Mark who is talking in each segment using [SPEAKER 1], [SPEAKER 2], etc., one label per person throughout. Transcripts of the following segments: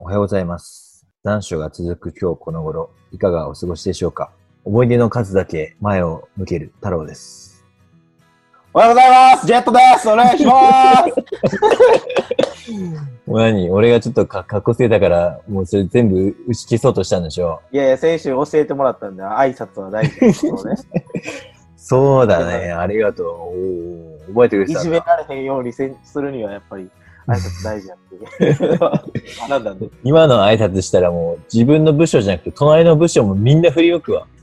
[SPEAKER 1] おはようございます。残暑が続く今日この頃、いかがお過ごしでしょうか思い出の数だけ前を向ける太郎です。
[SPEAKER 2] おはようございますジェットですお願いします
[SPEAKER 1] もう何俺がちょっとか格好つけたから、もうそれ全部打ち消そうとしたんでしょ
[SPEAKER 2] いやいや、先週教えてもらったんで、挨拶は大事 だ、ね、
[SPEAKER 1] そうだね、ありがとう。お覚えてくれて
[SPEAKER 2] たいじめられへんようにするには、やっぱり。挨拶大事やって。 学んだんで。
[SPEAKER 1] 今の挨拶したらもう自分の部署じゃなくて隣の部署もみんな振り向くわ。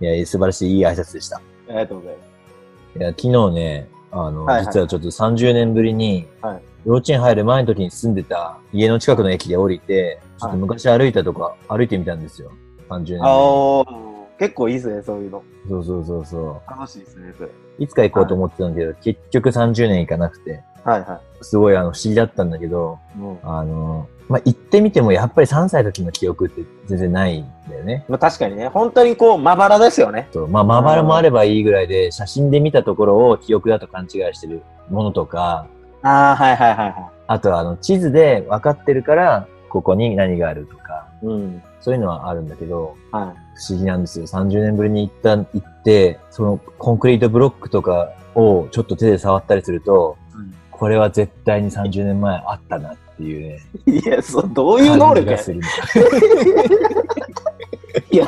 [SPEAKER 1] いや、素晴らしいいい挨拶でした。あ。
[SPEAKER 2] りがとうございます
[SPEAKER 1] いや、昨日ね、あの、はいはい、実はちょっと30年ぶりに、はい、幼稚園入る前の時に住んでた家の近くの駅で降りて、ちょっと昔歩いたとか、歩いてみたんですよ。30年
[SPEAKER 2] ぶりに。結構いいですね、そういうの。。
[SPEAKER 1] そうそうそうそう
[SPEAKER 2] 楽しいですね、それ。
[SPEAKER 1] いつか行こうと思ってたんだけど、はい、結局30年行かなくて。
[SPEAKER 2] はいはい。
[SPEAKER 1] すごいあの不思議だったんだけど、うん、あの、まあ、行ってみてもやっぱり3歳の時の記憶って全然ないんだよね。
[SPEAKER 2] まあ、確かにね、本当にこう、まばらですよね。
[SPEAKER 1] そう、まあ、まばらもあればいいぐらいで、写真で見たところを記憶だと勘違いしてるものとか、
[SPEAKER 2] ああ、はいはいはいはい。
[SPEAKER 1] あとはあの、地図で分かってるから、ここに何があるとか、うん、そういうのはあるんだけど、はい、不思議なんですよ。30年ぶりに行った、行って、そのコンクリートブロックとかをちょっと手で触ったりすると、うん、これは絶対に30年前あったなっていう
[SPEAKER 2] ね。いや、そう、どういう 能力やいや、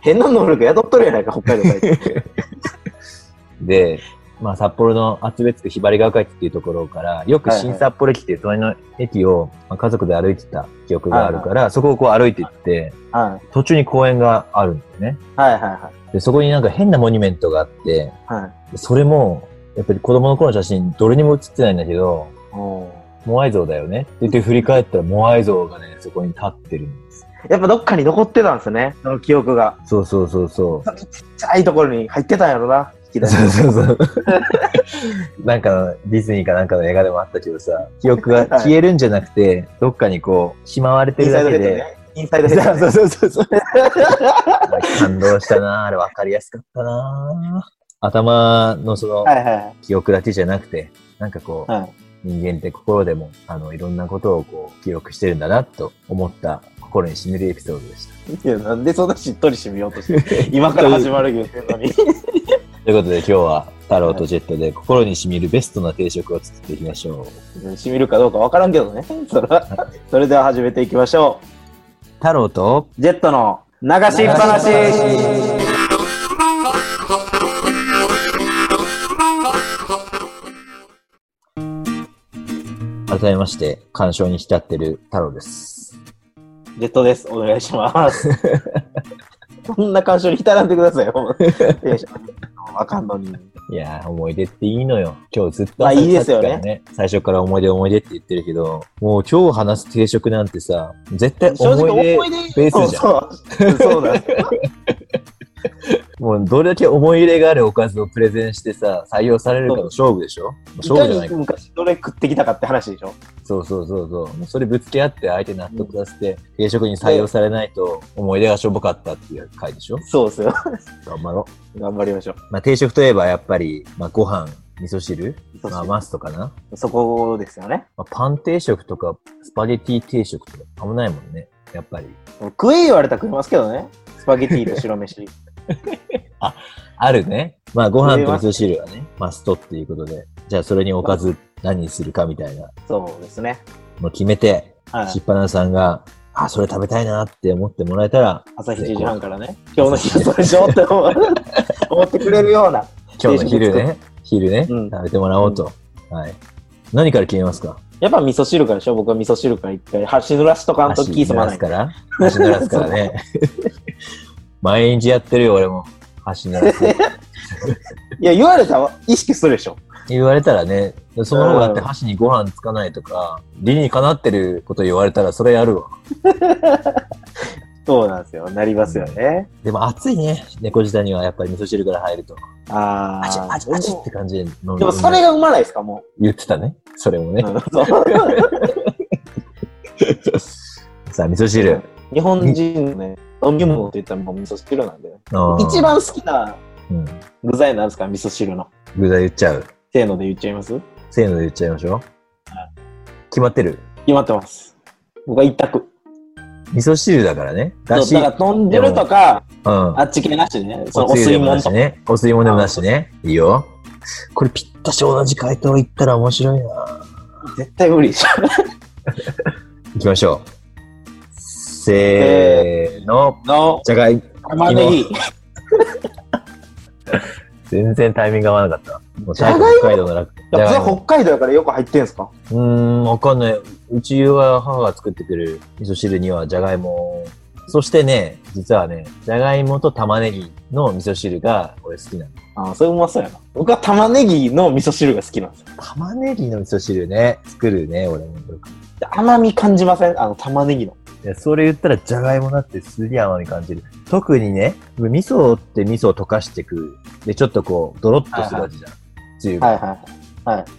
[SPEAKER 2] 変な能力雇っとるやないか、北海道 で。
[SPEAKER 1] で、まあ、札幌の厚別区ひばり川会っていうところから、よく新札幌駅っていう隣の駅を、まあ、家族で歩いてた記憶があるから、はいはい、そこをこう歩いていって、はい、途中に公園があるんだよね。
[SPEAKER 2] はいはいはい。
[SPEAKER 1] で、そこになんか変なモニュメントがあって、はい、それも、やっぱり子供の頃の写真、どれにも写ってないんだけど、モアイ像だよねって言って振り返ったら、モアイ像がね、そこに立ってるんです。
[SPEAKER 2] やっぱどっかに残ってたんですね、その記憶が。。
[SPEAKER 1] そうそうそうそう
[SPEAKER 2] ちっちゃいところに入ってたんやろな。
[SPEAKER 1] そうそうそう。 なんかディズニーかなんかの映画でもあったけどさ、記憶が消えるんじゃなくて、どっかにこう、しまわれてるだけで。
[SPEAKER 2] インサイドヘッド、ね。。
[SPEAKER 1] そうそうそうそう。感動したなあれ分かりやすかったな頭のその、記憶だけじゃなくて、なんかこう、はい、人間って心でも、あの、いろんなことをこう、記録してるんだなと思った心にしみるエピソードでした
[SPEAKER 2] いや、なんでそんなしっとりしみようとして、今から始まるけど、のに。
[SPEAKER 1] ということで今日は太郎とジェットで心にしみるベストな定食を作っていきましょ
[SPEAKER 2] う。しみるかどうかわからんけどね。それは、それでは始めていきましょ
[SPEAKER 1] う。太郎と
[SPEAKER 2] ジェットの流しっぱなし。
[SPEAKER 1] 改めまして、鑑賞に浸ってる太郎です。
[SPEAKER 2] ジェットです。お願いします。 そんな鑑賞に浸らんでくださいよ。あかんのに。
[SPEAKER 1] いや思い出っていいのよ。今日ずっと、
[SPEAKER 2] ね、いいですよね。
[SPEAKER 1] 最初から思い出思い出って言ってるけど、もう今日話す定食なんてさ、絶対思い出ベースじゃん。
[SPEAKER 2] そう そうだ。
[SPEAKER 1] もうどれだけ思い入れがあるおかずをプレゼンしてさ、採用されるかの勝負でしょ勝負
[SPEAKER 2] じゃないか。昔どれ食ってきたかって話でしょ
[SPEAKER 1] そうそうそうそう。もうそれぶつけ合って相手納得させて、定、うん、食に採用されないと思い出がしょぼかったっていう回でしょ
[SPEAKER 2] そうですよ。
[SPEAKER 1] 頑張ろ
[SPEAKER 2] う。頑張りましょう。
[SPEAKER 1] まあ定食といえばやっぱり、まあご飯。味噌汁まあ、マストかな
[SPEAKER 2] そこですよね、
[SPEAKER 1] まあ、パン定食とかスパゲティ定食とか危ないもんねやっぱり
[SPEAKER 2] 食え言われたら食いますけどねスパゲティと白飯
[SPEAKER 1] あ、あるね。まあ、ご飯と味噌汁はね、マストっていうことで。じゃあ、それにおかず何にするかみたいな。
[SPEAKER 2] そうですね。
[SPEAKER 1] もう決めて、しっぱなさんが、あ、それ食べたいなって思ってもらえたら。
[SPEAKER 2] 朝7時半からね、今日の昼それしようって 思ってくれるような。
[SPEAKER 1] 今日の昼ね、昼ね、うん、食べてもらおうと。うん、はい。何から決めますか
[SPEAKER 2] やっぱ味噌汁からでしょ僕は味噌汁から一回、箸濡らしとかんと気
[SPEAKER 1] 済まない。箸濡らすから箸濡らすからね。 毎日やってるよ、俺も。橋の。
[SPEAKER 2] いや、言われたら意識するでしょ。
[SPEAKER 1] 言われたらね、その方がだって箸にご飯つかないとか、理にかなってること言われたらそれやるわ。
[SPEAKER 2] そうなんですよ。なりますよね。
[SPEAKER 1] でも暑いね。猫舌にはやっぱり味噌汁から入ると。
[SPEAKER 2] ああ。
[SPEAKER 1] あちあちあちって感じで飲
[SPEAKER 2] む。でもそれがうまないですか、も
[SPEAKER 1] う。言ってたね。それもね。さあ、味噌汁。
[SPEAKER 2] 日本人のね、飲み物って言ったらもう味噌汁なんで、ね、一番好きな具材なんですか、うん、味噌汁の
[SPEAKER 1] 具材言っちゃう
[SPEAKER 2] せーので言っちゃいます
[SPEAKER 1] せーので言っちゃいましょう、はい、決まってる
[SPEAKER 2] 決まってます僕は一択。
[SPEAKER 1] 味噌汁だからね。だ
[SPEAKER 2] そう
[SPEAKER 1] し、
[SPEAKER 2] だから、豚汁とか、
[SPEAKER 1] うん。
[SPEAKER 2] あっち系なしね。その
[SPEAKER 1] お
[SPEAKER 2] お
[SPEAKER 1] つ
[SPEAKER 2] 吸
[SPEAKER 1] ゆも
[SPEAKER 2] い物
[SPEAKER 1] な
[SPEAKER 2] と
[SPEAKER 1] し
[SPEAKER 2] か。
[SPEAKER 1] ね。お吸い物でもなしね。いいよ。これぴったし同じ回答言ったら面白いな。
[SPEAKER 2] 絶対無理でしょ。
[SPEAKER 1] 行きましょう。せーの。
[SPEAKER 2] の、
[SPEAKER 1] じゃがい。
[SPEAKER 2] 玉ねぎ。
[SPEAKER 1] 全然タイミング合わなかった。もう
[SPEAKER 2] じゃがいも
[SPEAKER 1] 北海道の楽。
[SPEAKER 2] いや
[SPEAKER 1] じゃ
[SPEAKER 2] そ
[SPEAKER 1] がい
[SPEAKER 2] れ
[SPEAKER 1] も
[SPEAKER 2] 北海道だからよく入ってんすか
[SPEAKER 1] うーん、わかんない。うちは母が作ってくる味噌汁にはじゃがいも。そしてね、実はね、じゃがいもと玉ねぎの味噌汁が俺好きなの。
[SPEAKER 2] ああ、それうまそうやな。僕は玉ねぎの味噌汁が好きなんですよ。
[SPEAKER 1] 玉ねぎの味噌汁ね、作るね、俺もよく。
[SPEAKER 2] で甘み感じませんあの、玉ねぎの。
[SPEAKER 1] いや、それ言ったらじゃがいもだってすげえ甘み感じる。特にね、味噌って味噌を溶かしてく。で、ちょっとこう、ドロッとする味じゃん。つゆが
[SPEAKER 2] はいはい。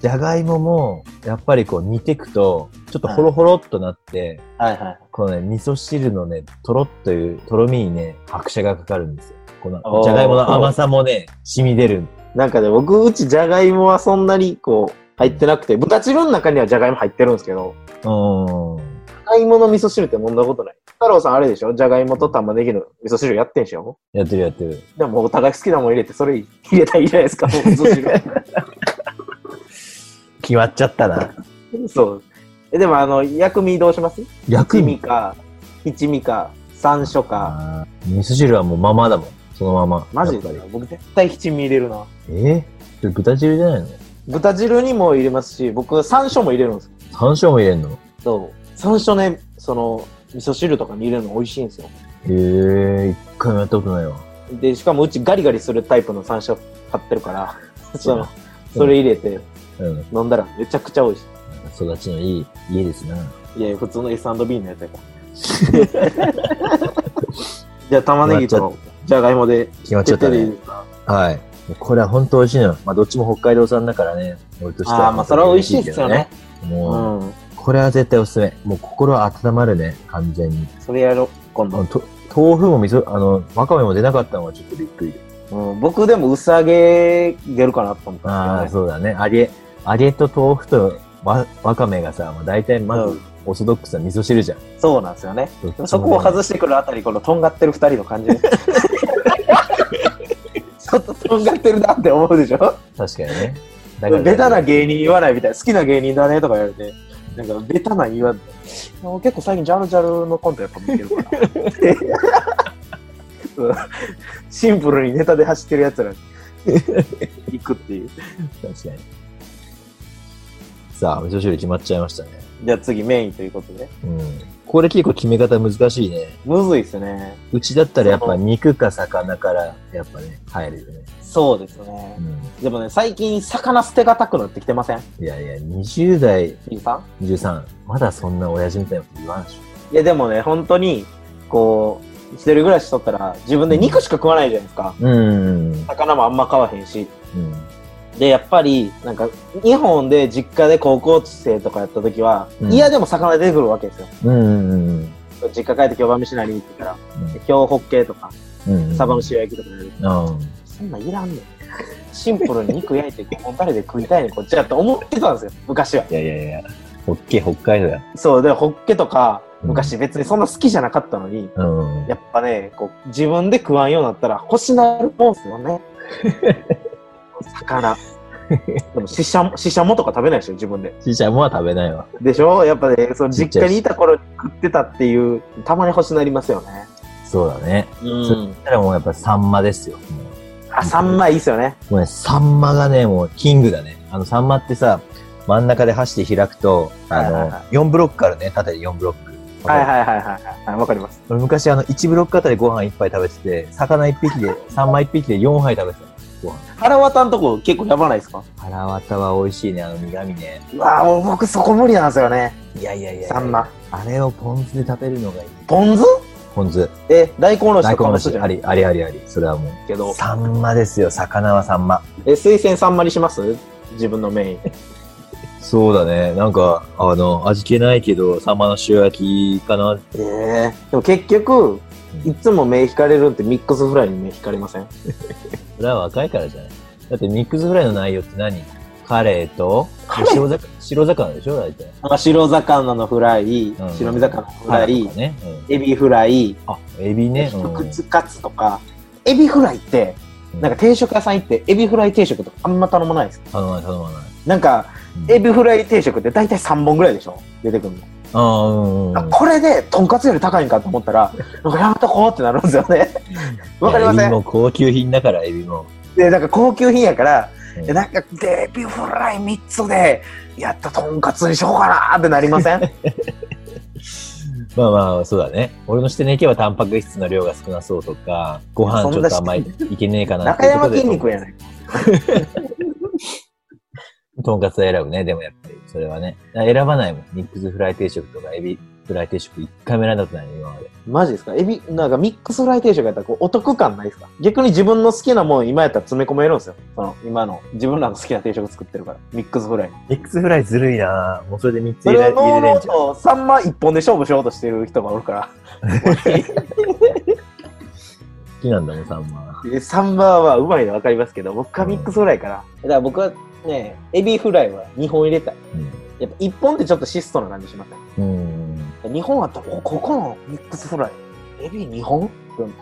[SPEAKER 1] じゃがいもも、やっぱりこう煮てくと、ちょっとホロホロっとなって、
[SPEAKER 2] はいはい。
[SPEAKER 1] このね、味噌汁のね、とろっという、とろみにね、拍車がかかるんですよ。こ
[SPEAKER 2] お
[SPEAKER 1] の、
[SPEAKER 2] ー
[SPEAKER 1] じゃがいもの甘さもね、染み出る。
[SPEAKER 2] なんかね、僕、うちじゃがいもはそんなにこう、入ってなくて、豚汁の中にはじゃがいも入ってるんですけど、
[SPEAKER 1] うーん。
[SPEAKER 2] じゃがいもの味噌汁って飲んだことない。太郎さんあれでしょじゃがいもと玉ねぎの味噌汁やってんしょ
[SPEAKER 1] やってるやってる。
[SPEAKER 2] でもお互い好きなもん入れて、それ入れたらいいじゃない ですか、もう味噌汁。
[SPEAKER 1] 決まっちゃったな。
[SPEAKER 2] そう。え、でもあの、薬味どうします
[SPEAKER 1] 薬
[SPEAKER 2] 薬
[SPEAKER 1] 味
[SPEAKER 2] 味か、一味か、山椒か。
[SPEAKER 1] か。味噌汁はもうままだもん。そのまま。
[SPEAKER 2] マジ
[SPEAKER 1] やっぱり
[SPEAKER 2] で僕絶対七味入れるな。
[SPEAKER 1] えーそれ豚汁じゃないの
[SPEAKER 2] 豚汁にも入れますし、僕山椒も入れるんですよ。
[SPEAKER 1] 山椒も入れんの
[SPEAKER 2] そう。山椒ね、その、味噌汁とかに入れるの美味しいんですよ。
[SPEAKER 1] えー、一回もやったことないわ。
[SPEAKER 2] で、しかもうちガリガリするタイプの山椒買って るから、その、それ入れて
[SPEAKER 1] うん。
[SPEAKER 2] 飲んだらめちゃくちゃ美味し
[SPEAKER 1] 育ちのいい家ですな。
[SPEAKER 2] い。いや、普通の S&B のやつやから。 じゃあ玉ねぎとじゃがいもで、
[SPEAKER 1] 決まっちゃ
[SPEAKER 2] 絶
[SPEAKER 1] った
[SPEAKER 2] 対でいい
[SPEAKER 1] ね
[SPEAKER 2] で。すか
[SPEAKER 1] はい。これは本当美味しいのよ。まあ、どっちも北海道産だからね。俺としては。
[SPEAKER 2] ああ、まあそれは美味しいですよね。。う
[SPEAKER 1] もう、
[SPEAKER 2] ん。
[SPEAKER 1] これは絶対おすすめ。もう心温まるね、完全に。
[SPEAKER 2] それやろう、今
[SPEAKER 1] あ
[SPEAKER 2] 度
[SPEAKER 1] の。と豆腐も味噌、あの、わかめも出なかったのはちょっとびっくり。
[SPEAKER 2] うん、僕でも薄揚げ出るかなと思った
[SPEAKER 1] あ
[SPEAKER 2] ん
[SPEAKER 1] あ、
[SPEAKER 2] です
[SPEAKER 1] そうだね。揚げ、揚げと豆腐とわわかめがさ、まあ、大体
[SPEAKER 2] けど
[SPEAKER 1] ま
[SPEAKER 2] ね、
[SPEAKER 1] ずオーソドックスな味噌汁じゃん。
[SPEAKER 2] うんそうなんですよね。
[SPEAKER 1] どっちもね
[SPEAKER 2] そこを外してくるあたり、このとんがって る二人の感じ。ちょっととんがってるなって思うでしょ
[SPEAKER 1] 確かにね。だから
[SPEAKER 2] ベタな芸人言わないみたい。好きな芸人だねとか言われて。なんか、ベタなん言わんで。結構最近、ジャルジャルのコントやっぱ見てるから。うん シンプルにネタで走ってるやつらに行くっていう。
[SPEAKER 1] 確かに。さあ、味噌汁決まっちゃいましたね。
[SPEAKER 2] じゃあ次、メインということで。
[SPEAKER 1] うん。これ結構決め方難しいね。
[SPEAKER 2] むずいっすね。
[SPEAKER 1] うちだったらやっ
[SPEAKER 2] そ
[SPEAKER 1] ぱ
[SPEAKER 2] う
[SPEAKER 1] 肉か魚からやっぱね、入るよね。
[SPEAKER 2] そうですね
[SPEAKER 1] う。ん。
[SPEAKER 2] でもね、最近、魚捨てがたくなってきてません
[SPEAKER 1] いやいや、20代
[SPEAKER 2] ゆうさん
[SPEAKER 1] 23、まだそんな親父みたいなこと言わんでしょ。
[SPEAKER 2] いや、でもね、本当に、こう、一人暮らししとったら、自分で肉しか食わないじゃないですか。
[SPEAKER 1] うん。うん。
[SPEAKER 2] 魚もあんま買わへんし。で、やっぱり、なんか、日本で実家で高校生とかやった時は、
[SPEAKER 1] うん
[SPEAKER 2] 家でも魚出てくるわけですよ。
[SPEAKER 1] うん。うん。
[SPEAKER 2] 実家帰って今日晩飯何って言ったら、今日ホッケーとか、
[SPEAKER 1] うん。
[SPEAKER 2] サバの塩焼きとかやる。
[SPEAKER 1] うん。
[SPEAKER 2] そんなんいらんねん。シンプルに肉焼いて、こうタレで食いたいねん、こっちやと思ってたんですよ、昔は。
[SPEAKER 1] いやいやいや、ホッケ北海道や。
[SPEAKER 2] そう、で、ホッケとか、
[SPEAKER 1] うん
[SPEAKER 2] 昔別にそんな好きじゃなかったのに、
[SPEAKER 1] うん。
[SPEAKER 2] やっぱね、こう、自分で食わんようになったら欲しなるもんすよ ね。魚。でも、ししゃも、ししゃもとか食べないでしょ、自分で。
[SPEAKER 1] シシャモは食べないわ。
[SPEAKER 2] でしょやっぱね、その
[SPEAKER 1] ちっ
[SPEAKER 2] 実
[SPEAKER 1] ちゃい
[SPEAKER 2] 家にいた頃に食ってたっていう、たまに欲しなりますよね。
[SPEAKER 1] そうだね。そ。
[SPEAKER 2] う
[SPEAKER 1] したらもうやっぱサンマですよ。もう
[SPEAKER 2] あ、サンマいいっすよね。
[SPEAKER 1] もうね、サンマがね、もうキングだね。あの、サンマってさ、真ん中で箸で開くと、あ
[SPEAKER 2] はいはい
[SPEAKER 1] の
[SPEAKER 2] は、
[SPEAKER 1] 4ブロックあるね、縦で4ブロック。
[SPEAKER 2] はいはいはいはいはい。わかります。
[SPEAKER 1] 俺昔あの、1ブロックあたりご飯1杯食べてて、魚1匹で、サンマ1匹で4杯食べてたのご飯。
[SPEAKER 2] 腹渡んとこ結構やばないですか
[SPEAKER 1] 腹渡は美味しいね、あの苦味ね。
[SPEAKER 2] うわぁ、もう僕そこ無理なんですよね。
[SPEAKER 1] いやいやいやいや
[SPEAKER 2] サンマ。
[SPEAKER 1] あれをポン酢で食べるのがいい。
[SPEAKER 2] ポン酢
[SPEAKER 1] ポン酢。
[SPEAKER 2] え、大根おろし
[SPEAKER 1] 大根
[SPEAKER 2] とか
[SPEAKER 1] お
[SPEAKER 2] も
[SPEAKER 1] ろ
[SPEAKER 2] そ
[SPEAKER 1] し
[SPEAKER 2] うじ。ゃ
[SPEAKER 1] あ
[SPEAKER 2] ない
[SPEAKER 1] り、ありありあり。それはもう。
[SPEAKER 2] けど。
[SPEAKER 1] サンマですよ、魚はサンマ。
[SPEAKER 2] え、推薦サンマにします自分のメイン。
[SPEAKER 1] そうだね。なんか、あの、味気ないけど、サンマの塩焼きかな。
[SPEAKER 2] ええでも結局、いつも目引かれるんってミックスフライに目引かれません
[SPEAKER 1] それは若いからじゃないだってミックスフライの内容って何カレーと、
[SPEAKER 2] カレー
[SPEAKER 1] 白魚白魚でしょ大体。
[SPEAKER 2] なんか白魚のフライ、
[SPEAKER 1] うん
[SPEAKER 2] 白身魚のフライ、
[SPEAKER 1] とかね。うん
[SPEAKER 2] エビフライ、
[SPEAKER 1] あ、エビね。うん
[SPEAKER 2] 福津カツとか、エビフライって、なんか定食屋さん行って、エビフライ定食とかあんま頼まないです。
[SPEAKER 1] 頼まない、頼まない。
[SPEAKER 2] なんか、
[SPEAKER 1] うん
[SPEAKER 2] エビフライ定食って大体3本ぐらいでしょ出てくるの。
[SPEAKER 1] ああ、うんうんうん。
[SPEAKER 2] あこれで、とんかつより高いんかと思ったら、なんかやめとこうってなるんですよね。わかりま
[SPEAKER 1] いや
[SPEAKER 2] せ
[SPEAKER 1] エビ
[SPEAKER 2] ん
[SPEAKER 1] も高級品だから、エビも。
[SPEAKER 2] で、なんか高級品やから、
[SPEAKER 1] うん
[SPEAKER 2] でなんか、デビューフライ3つで、やったとんかつにしようかなってなりませ ん
[SPEAKER 1] まあまあ、そうだね。俺の視点でいけば、タンパク質の量が少なそうとか、ご飯ちょっと甘い、いけねえかなって
[SPEAKER 2] 中
[SPEAKER 1] いうこ
[SPEAKER 2] 山
[SPEAKER 1] とで。
[SPEAKER 2] 筋肉やない
[SPEAKER 1] とんかつは選ぶね、でもやっぱり、それはね。選ばないもん。ミックスフライ定食とか、エビフライ定食、一回も選んだことないね、今まで。
[SPEAKER 2] マジですかエビ、なんかミックスフライ定食やったらこうお得感ないですか逆に自分の好きなもん今やったら詰め込めるんですよ。その今の自分らの好きな定食作ってるから、ミックスフライ。
[SPEAKER 1] ミックスフライずるいなぁもうそれで3つ
[SPEAKER 2] そ
[SPEAKER 1] 入
[SPEAKER 2] れは
[SPEAKER 1] れ入
[SPEAKER 2] ノー
[SPEAKER 1] れれん
[SPEAKER 2] ロ
[SPEAKER 1] じゃん。
[SPEAKER 2] とサンマ一本で勝負しようとしてる人がおるから。
[SPEAKER 1] 好きなんだもん、サンマ。
[SPEAKER 2] でサンマはうまいの分かりますけど、僕はミックスフライから。だから僕はね、エビフライは2本入れたい。やっぱ1本ってちょっと質素な感じしません
[SPEAKER 1] うん。うん。
[SPEAKER 2] 日本あったらこここのミックスフライエビ日本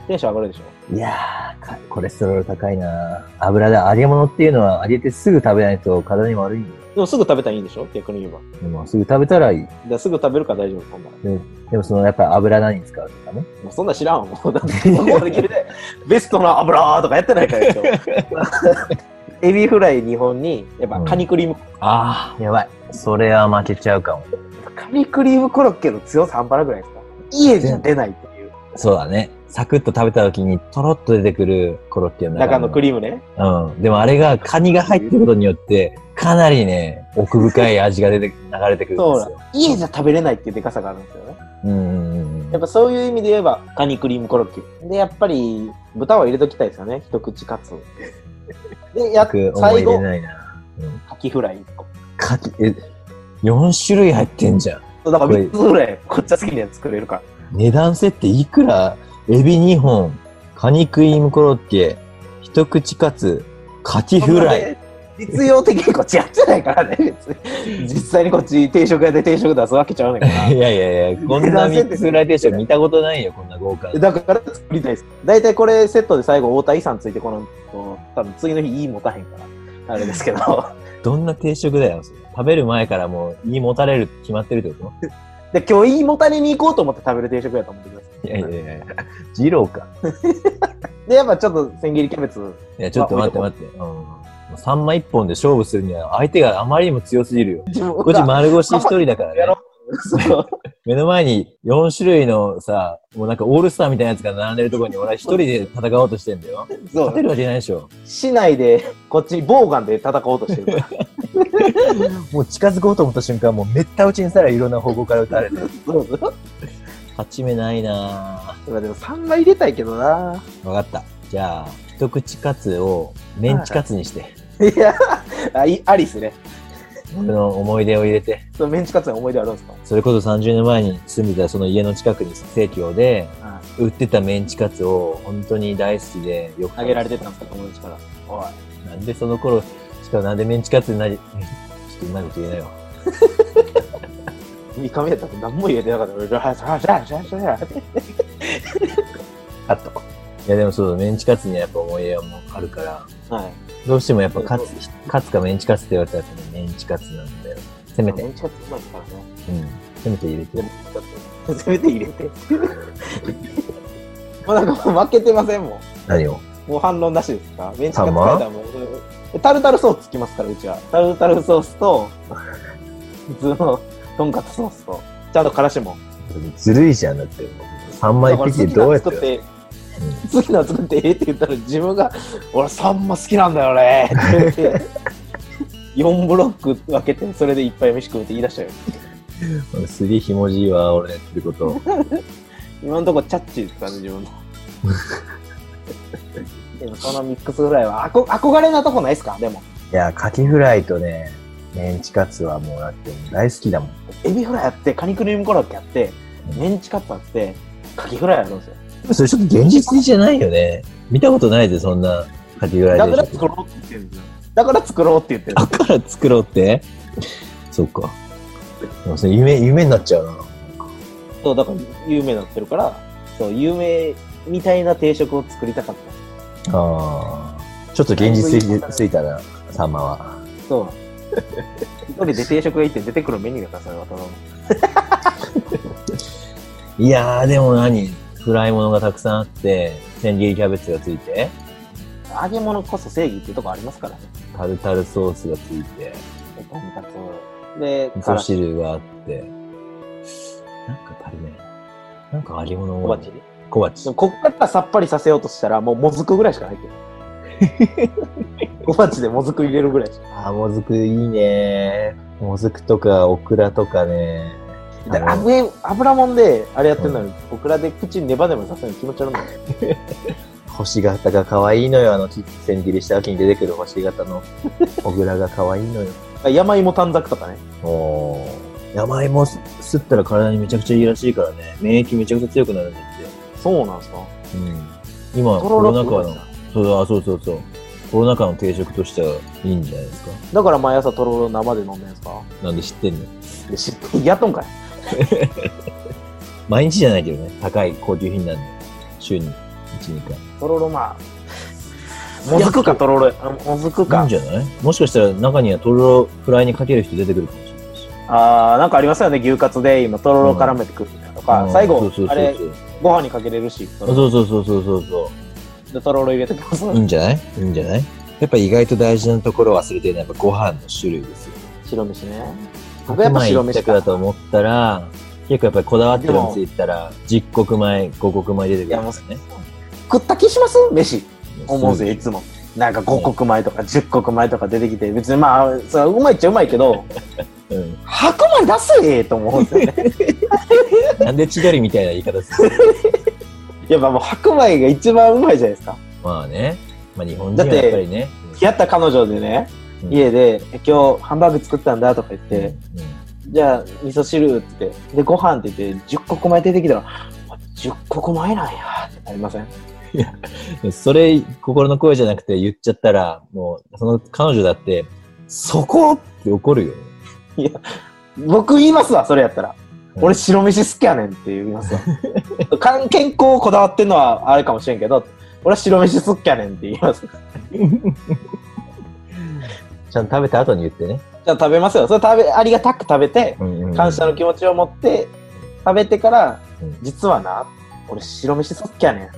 [SPEAKER 2] テンション上がるでしょ
[SPEAKER 1] いやーかコレステロール高いなぁ油だ、揚げ物っていうのは揚げてすぐ食べないと体に悪いんだよ。
[SPEAKER 2] でもすぐ食べたらいいんでしょ逆に言えば
[SPEAKER 1] でもすぐ食べたらいい。
[SPEAKER 2] だからすぐ食べるから大丈夫ほんま
[SPEAKER 1] でもそのやっぱ油何使うとかね。
[SPEAKER 2] もうそんなん知らんわもうだってここまで来 るでベストな油とかやってないからでしょエビフライ日本にやっぱカニクリーム、
[SPEAKER 1] ああ、やばい。それは負けちゃうかも。
[SPEAKER 2] カニクリームコロッケの強さ半端なくないですか家じゃ出ないっていう
[SPEAKER 1] そうだね。サクッと食べた時にトロッと出てくるコロッケの
[SPEAKER 2] 中のク
[SPEAKER 1] リ
[SPEAKER 2] リームね
[SPEAKER 1] うん。でもあれがカニが入ってることによって、かなりね、奥深い味が出て、流れてくるん
[SPEAKER 2] そう
[SPEAKER 1] で
[SPEAKER 2] な
[SPEAKER 1] す
[SPEAKER 2] ん
[SPEAKER 1] よ。
[SPEAKER 2] 家じゃ食べれないっていうでかさがあるんですよね
[SPEAKER 1] うんうんうん。
[SPEAKER 2] やっぱそういう意味で言えば、カニクリームコロッケ。で、やっぱり、豚は入れときたいですよね。一口カツ。で、やっ
[SPEAKER 1] く思
[SPEAKER 2] 最
[SPEAKER 1] い出
[SPEAKER 2] 後、
[SPEAKER 1] ないな。うん。
[SPEAKER 2] カキフライ1個。
[SPEAKER 1] かき、え、4種類入ってんじゃん。
[SPEAKER 2] そうだから
[SPEAKER 1] これ
[SPEAKER 2] 3つぐらい、こっちは好きなやつ作れるから。
[SPEAKER 1] 値段設定いくらエビ2本、カニクリームコロッケ、一口カツ、カキフラ イ。。
[SPEAKER 2] 実用的にこっちやってないからね、別に。実際にこっち定食屋で定食出すわけちゃうねんか
[SPEAKER 1] いやいやいや、こんなミックスフライ定食見たことないよ、こんな豪華 な。
[SPEAKER 2] ら。だから作りたいです。大体これセットで最後、太田遺産ついてこの、多分次の日、いい持たへんから。あれですけど。
[SPEAKER 1] どんな定食だよ、それ食べる前からもう胃もたれるって決まってるってこ
[SPEAKER 2] で、今日、いいもたれに行こうと思って食べる定食やと思ってくださ
[SPEAKER 1] と
[SPEAKER 2] い。
[SPEAKER 1] いやいやいやいや、二郎か。
[SPEAKER 2] で、やっぱちょっと千切りキャベツ
[SPEAKER 1] いや、ちょっと待って待って。うん。もう三枚一本で勝負するには相手があまりにも強すぎるよ。
[SPEAKER 2] 自分
[SPEAKER 1] こっち丸腰一人だからね
[SPEAKER 2] や。ろう。そう。
[SPEAKER 1] 目の前に4種類のさ、もうなんかオールスターみたいなやつが並んでるところに俺は一人で戦おうとしてんだよ。
[SPEAKER 2] そ
[SPEAKER 1] 勝て
[SPEAKER 2] う。
[SPEAKER 1] るわけないでしょ。
[SPEAKER 2] 市内で、こっち、ボーガンで戦おうとしてるから。
[SPEAKER 1] もう近づこうと思った瞬間、もうめった打ちにさらいろんな方向から撃たれて。
[SPEAKER 2] そうそう。
[SPEAKER 1] 勝ち目ないな
[SPEAKER 2] まあでも3枚入れたいけどな。
[SPEAKER 1] ぁ。わかった。じゃあ、一口カツをメンチカツにして、
[SPEAKER 2] いや、あいアリスね。
[SPEAKER 1] 俺の思い出を入れて、
[SPEAKER 2] そのメンチカツの思い出あるんですか
[SPEAKER 1] それこそ30年前に住んでたその家の近くに生協で、売ってたメンチカツを本当に大好きで、よく
[SPEAKER 2] あげられてたんですか、友達から。おい。
[SPEAKER 1] なんでその頃、しかもなんでメンチカツになり、 ちょっとうまいこと言えないわ。
[SPEAKER 2] 三日目やったら何も言えてなかった。うらさらさらさら
[SPEAKER 1] カット。いやでもそうだ、メンチカツにはやっぱ思い入れはもうあるから、
[SPEAKER 2] はい。
[SPEAKER 1] どうしてもやっぱカツ、カツかメンチカツって言われたらやっぱねメンチカツなんだよ。せめて、う
[SPEAKER 2] メ
[SPEAKER 1] ん。
[SPEAKER 2] ンチカツうまいですからね。
[SPEAKER 1] せめて入れ
[SPEAKER 2] で
[SPEAKER 1] て
[SPEAKER 2] も。せめて入れ て。もうなんかもう負けてませんもん。
[SPEAKER 1] 何を
[SPEAKER 2] もう反論なしですかメンチカ
[SPEAKER 1] サ
[SPEAKER 2] ツサイ
[SPEAKER 1] ンマ
[SPEAKER 2] ダーもう。タルタルソースつきますから、うちは。タルタルソースと、 普通のとんかつソースと、ちゃんとからしも。
[SPEAKER 1] ずるいじゃんだって。3枚ピッてどうやって
[SPEAKER 2] だから好きなの作って、好きなの作ってええって言ったら自分が、俺サンマ好きなんだよねって言って、4ブロック分けて、それでいっぱい飯食うって言い出したよ。
[SPEAKER 1] すりひもじいわ、俺のやってること。
[SPEAKER 2] 今のとこチャッチーですからね、自分の。でもそのミックスぐらいは、あこ憧れなとこないですかでも。
[SPEAKER 1] いや、カキフライとね、メンチカツはもうだって大好きだもん。
[SPEAKER 2] エビフライあって、カニクリームコロッケあって、メンチカツあって、カキフライあるんですよ。
[SPEAKER 1] それちょっと現実的じゃないよね。見たことないで、そんなカキフライ
[SPEAKER 2] だ
[SPEAKER 1] 定
[SPEAKER 2] から
[SPEAKER 1] 食
[SPEAKER 2] 作ろうって言ってるんですよ。だから作ろうって言ってる。
[SPEAKER 1] だから作ろうって そっか。でもそれ夢、夢になっちゃうな。
[SPEAKER 2] そう、だから有名になってるから、そう、有名みたいな定食を作りたかっ
[SPEAKER 1] ああ。ちょっと現実すぎすぎたな、サンマは。
[SPEAKER 2] た。 そう。一人で定食が行って出てくるメニューだから、それは頼む。
[SPEAKER 1] いやー、でも何フライ物がたくさんあって、千切りキャベツがついて、
[SPEAKER 2] 揚げ物こそ正義っていうとこありますからね。
[SPEAKER 1] タルタルソースがついて、
[SPEAKER 2] とんかつ。で、
[SPEAKER 1] 味
[SPEAKER 2] か
[SPEAKER 1] 噌
[SPEAKER 2] らし、
[SPEAKER 1] 汁があって、なんか足りない。なんか揚げ物
[SPEAKER 2] 小
[SPEAKER 1] が。
[SPEAKER 2] 鉢。で
[SPEAKER 1] 小鉢
[SPEAKER 2] も、。こっからさっぱりさせようとしたら、もうもずくぐらいしか入っ てない。小鉢でもずく入れるぐらいしか。
[SPEAKER 1] あー、もずくいいねー。もずくとか、オクラとかね
[SPEAKER 2] だから油油もんで、あれやってるのに、オクラで口ネバネバさせるの気持ち悪いんだよ。
[SPEAKER 1] 星型が可愛いのよ。あの、ち千切りした時に出てくる星型 の小倉が可愛いのよ。
[SPEAKER 2] 山芋短冊とかね。
[SPEAKER 1] おー。山芋す吸ったら体にめちゃくちゃいいらしいからね。免疫めちゃくちゃ強くなるんだっ
[SPEAKER 2] そうなんすか
[SPEAKER 1] て。うん。今、コロナ禍の、そうだ、あそうそうそう。コロナ禍の定食としてはいいんじゃないですか。
[SPEAKER 2] だから毎朝とろろ生で飲んでんすか
[SPEAKER 1] なんで知ってんの
[SPEAKER 2] で知ってやっとんかい
[SPEAKER 1] 毎日じゃないけどね。高い高級品なんで。週に1、2回。
[SPEAKER 2] とろろまあもずくかとろろあもずく
[SPEAKER 1] いい
[SPEAKER 2] か
[SPEAKER 1] んじゃないもしかしたら中にはとろろフライにかける人出てくるかもしれないし。
[SPEAKER 2] あーなんかありますよね牛カツで今とろろ絡めてくるみたいなとか、
[SPEAKER 1] うん
[SPEAKER 2] 最
[SPEAKER 1] そ
[SPEAKER 2] 後
[SPEAKER 1] うそうそうそう
[SPEAKER 2] あれご飯にかけれるしとろろ
[SPEAKER 1] そうそうそうそうそうそ
[SPEAKER 2] でとろろ入れてきます、
[SPEAKER 1] う。いいんじゃないいいんじゃないやっぱ意外と大事なところを忘れてるのはやっぱご飯の種類ですよ。
[SPEAKER 2] 白飯ね僕やっぱ白飯
[SPEAKER 1] 白米
[SPEAKER 2] か
[SPEAKER 1] だと思ったら、結構やっぱりこだわってるのついたら、10穀米、5穀米出てくるからね。
[SPEAKER 2] 食った気します飯思うぜいつ
[SPEAKER 1] も。
[SPEAKER 2] もなんか5穀米とか10穀米とか出てきて別にまあそれはうまいっちゃうまいけど
[SPEAKER 1] うん。
[SPEAKER 2] 白米出せと思うんですよ ね
[SPEAKER 1] なんで千鳥みたいな言い方する
[SPEAKER 2] やっぱもう白米が一番うまいじゃないですか
[SPEAKER 1] まあね。まあ日本人はやっぱりね。
[SPEAKER 2] 付き合った彼女でね、
[SPEAKER 1] うん
[SPEAKER 2] 家でえ今日ハンバーグ作ったんだとか言って、
[SPEAKER 1] うんうん
[SPEAKER 2] じゃあ味噌汁って言ってでご飯って言って10個前出てきたらあ10個前なんやってなりません
[SPEAKER 1] それ、心の声じゃなくて言っちゃったら、もう、その彼女だって、そこって怒るよね。
[SPEAKER 2] 僕言いますわそれやったら、
[SPEAKER 1] うん
[SPEAKER 2] 俺白飯好きやねんって言いますわかん健康をこだわってんのはあれかもしれんけど俺は白飯好きやねんって言いますじ
[SPEAKER 1] ちゃんと食べた後に言ってね。
[SPEAKER 2] ゃあ食べますよそれ食べありがたく食べて
[SPEAKER 1] うんうんうん
[SPEAKER 2] 感謝の気持ちを持って食べてから、
[SPEAKER 1] うん
[SPEAKER 2] 実はな俺白飯好きやねんっ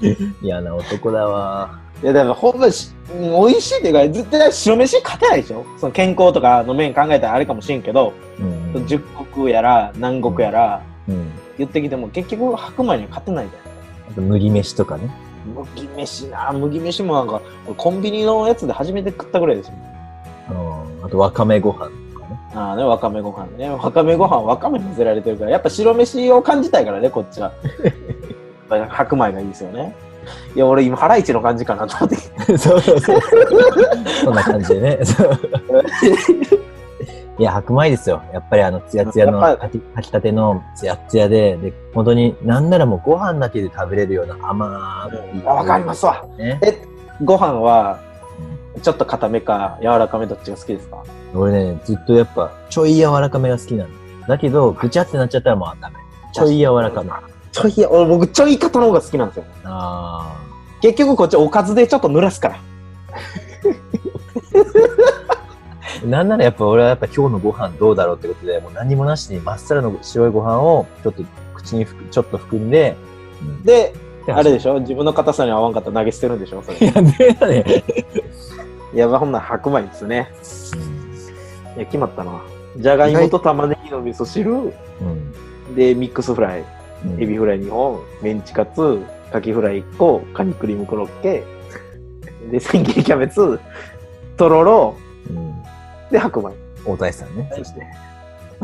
[SPEAKER 2] て
[SPEAKER 1] 嫌な男だわ。
[SPEAKER 2] いや、だからほんまにし、うん美味しいっていうか、絶対白飯勝てないでしょその健康とかの面考えたらあれかもしれんけど、
[SPEAKER 1] うんうん
[SPEAKER 2] 十国やら南国やら
[SPEAKER 1] うん
[SPEAKER 2] 言ってきても結局白米には勝てないじゃん。
[SPEAKER 1] あと麦飯とかね。
[SPEAKER 2] 麦飯な麦飯もなんか、俺コンビニのやつで初めて食ったぐらいですよ。
[SPEAKER 1] うんあとわかめご飯とかね。
[SPEAKER 2] ああね、わかめご飯ね。わかめご飯、わかめ混ぜられてるから、やっぱ白飯を感じたいからね、こっちは。 やっぱ白米がいいですよね。いや、俺今、ハライチの感じかなと思っ て。
[SPEAKER 1] そうそうそう。そんな感じで ね。そういや、白米ですよ。やっぱりあの、ツヤツヤの、
[SPEAKER 2] やっ
[SPEAKER 1] 炊き炊きたてのツヤツヤで、で、本当になんならもうご飯だけで食べれるような甘い、
[SPEAKER 2] あわかりますわ。
[SPEAKER 1] ね。
[SPEAKER 2] え、ご飯は、ちょっと固めか柔らかめどっちが好きですか
[SPEAKER 1] 俺ね、ずっとやっぱ、ちょい柔らかめが好きなの。だけど、ぐちゃってなっちゃったらもうダメ。ちょい柔らかめ。あ
[SPEAKER 2] ちょいや、俺僕ちょい方の方が好きなんですよ。
[SPEAKER 1] あ
[SPEAKER 2] 結局こっちおかずでちょっと濡らすから。
[SPEAKER 1] ー。なんならやっぱ俺はやっぱ今日のご飯どうだろうってことで、もう何もなしにまっさらの白いご飯をちょっと口にふくちょっと含んで、で
[SPEAKER 2] で、あれで
[SPEAKER 1] し
[SPEAKER 2] しょ自分の硬さに合わんかったら投げ捨てるんでしょそれ
[SPEAKER 1] ょいや、ねえね。
[SPEAKER 2] いやばほんなら白米ですね。いや、決まったな。じゃがいもと玉ねぎの味噌汁、
[SPEAKER 1] うん。
[SPEAKER 2] で、ミックスフライ、
[SPEAKER 1] うん
[SPEAKER 2] エビフライ2本、メンチカツ、カキフライ1個、カニクリームコロッケ、で、千切りキャベツ、とろろ、
[SPEAKER 1] うん。
[SPEAKER 2] で、白米。
[SPEAKER 1] 大谷さんね。
[SPEAKER 2] そして。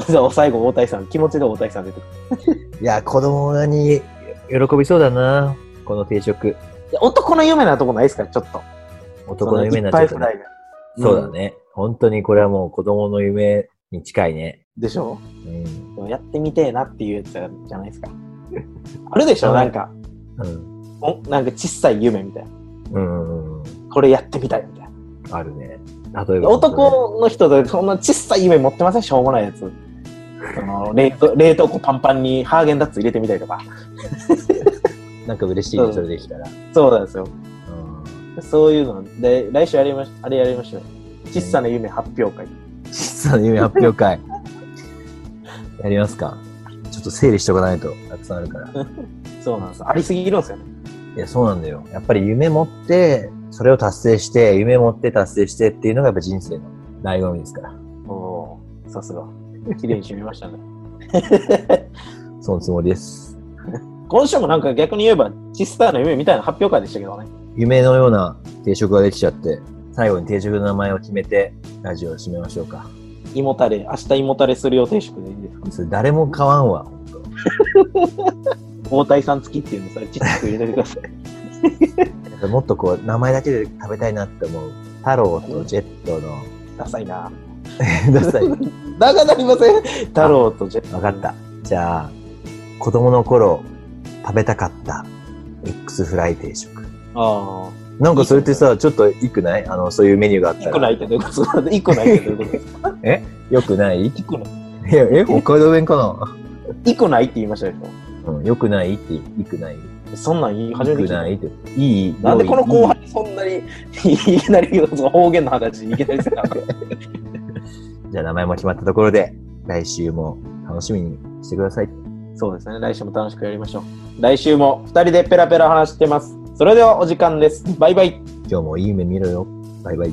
[SPEAKER 2] じゃあ最後、大谷さん。気持ちで大谷さん出てくる。
[SPEAKER 1] いや、子供に喜びそうだな。この定食。
[SPEAKER 2] いや男の夢なとこないですから、ちょっと。
[SPEAKER 1] 男の夢になっちゃ
[SPEAKER 2] い
[SPEAKER 1] っ
[SPEAKER 2] っぱ
[SPEAKER 1] た
[SPEAKER 2] いフ
[SPEAKER 1] ね
[SPEAKER 2] ライが。
[SPEAKER 1] そうだね。本当にこれはもう子供の夢に近いね。
[SPEAKER 2] うん。でしょ
[SPEAKER 1] うん。
[SPEAKER 2] でもやってみてえなっていうやつじ ゃないですか。あるでしょ
[SPEAKER 1] はい
[SPEAKER 2] なんか、
[SPEAKER 1] うん。
[SPEAKER 2] おなんか小さい夢みたいな。
[SPEAKER 1] うんうんうん。
[SPEAKER 2] これやってみたいみたい
[SPEAKER 1] あるね。例えば。
[SPEAKER 2] な。男の人でそんな小さい夢持ってませんしょうもないやつ。その 冷凍冷凍庫パンパンにハーゲンダッツ入れてみたいとか。
[SPEAKER 1] なんか嬉しいね、
[SPEAKER 2] うん
[SPEAKER 1] それできたら。
[SPEAKER 2] そうなんですよ。
[SPEAKER 1] うん。
[SPEAKER 2] そういうの。で、来週ありましあれやりましょう。小さな夢発表会。
[SPEAKER 1] 実は夢発表 会。やりますか。ちょっと整理しとかないと、たくさんあるから。
[SPEAKER 2] そうなんです。ありすぎるんですよね。
[SPEAKER 1] いや、そうなんだよ。やっぱり夢持って、それを達成して、夢持って達成してっていうのがやっぱ人生の醍醐味ですから。
[SPEAKER 2] おおーさすが。綺麗に締めましたね。
[SPEAKER 1] そのつもりです。
[SPEAKER 2] 今週もなんか逆に言えば、小さな夢みたいな発表会でしたけどね。
[SPEAKER 1] 夢のような定食ができちゃって、最後に定食の名前を決めて、ラジオを締めましょうか。
[SPEAKER 2] 胃もたれ、明日胃もたれする予定食でいいですか
[SPEAKER 1] それ誰も買わんわ。
[SPEAKER 2] 大谷さん付きっていうのさ、ちっちゃく入れてください。
[SPEAKER 1] やっぱもっとこう、名前だけで食べたいなって思う。太郎とジェットの、
[SPEAKER 2] ダサいな。
[SPEAKER 1] ダ サい。
[SPEAKER 2] 長なりません太郎とジェット。
[SPEAKER 1] わかった。。じゃあ、子供の頃食べたかった X フライ定食。
[SPEAKER 2] ああ。
[SPEAKER 1] なんかそれってさ、ちょっといくないあの、そういうメニューがあった
[SPEAKER 2] 一
[SPEAKER 1] ら。
[SPEAKER 2] 個ないってどういうことですか一個ないってどういうことですか
[SPEAKER 1] えよくないい
[SPEAKER 2] 一個ない。
[SPEAKER 1] や、え北海道弁かな
[SPEAKER 2] 一個ないって言いましたでしょ
[SPEAKER 1] うん、よくないって、いくない
[SPEAKER 2] そんなん言い初
[SPEAKER 1] よ
[SPEAKER 2] めて
[SPEAKER 1] く
[SPEAKER 2] 聞い
[SPEAKER 1] な
[SPEAKER 2] た。
[SPEAKER 1] いって。いい
[SPEAKER 2] なんでこの後
[SPEAKER 1] 後
[SPEAKER 2] 半にそんなに、いきなりその方言の話、いきなりせなあかん
[SPEAKER 1] じゃあ名前も決まったところで、来週も楽しみにしてください。
[SPEAKER 2] そうですね。来週も楽しくやりましょう。来週も2人でペラペラ話してます。それではお時間です。バイバイ。
[SPEAKER 1] 今日もいい夢見ろよ。バイバイ。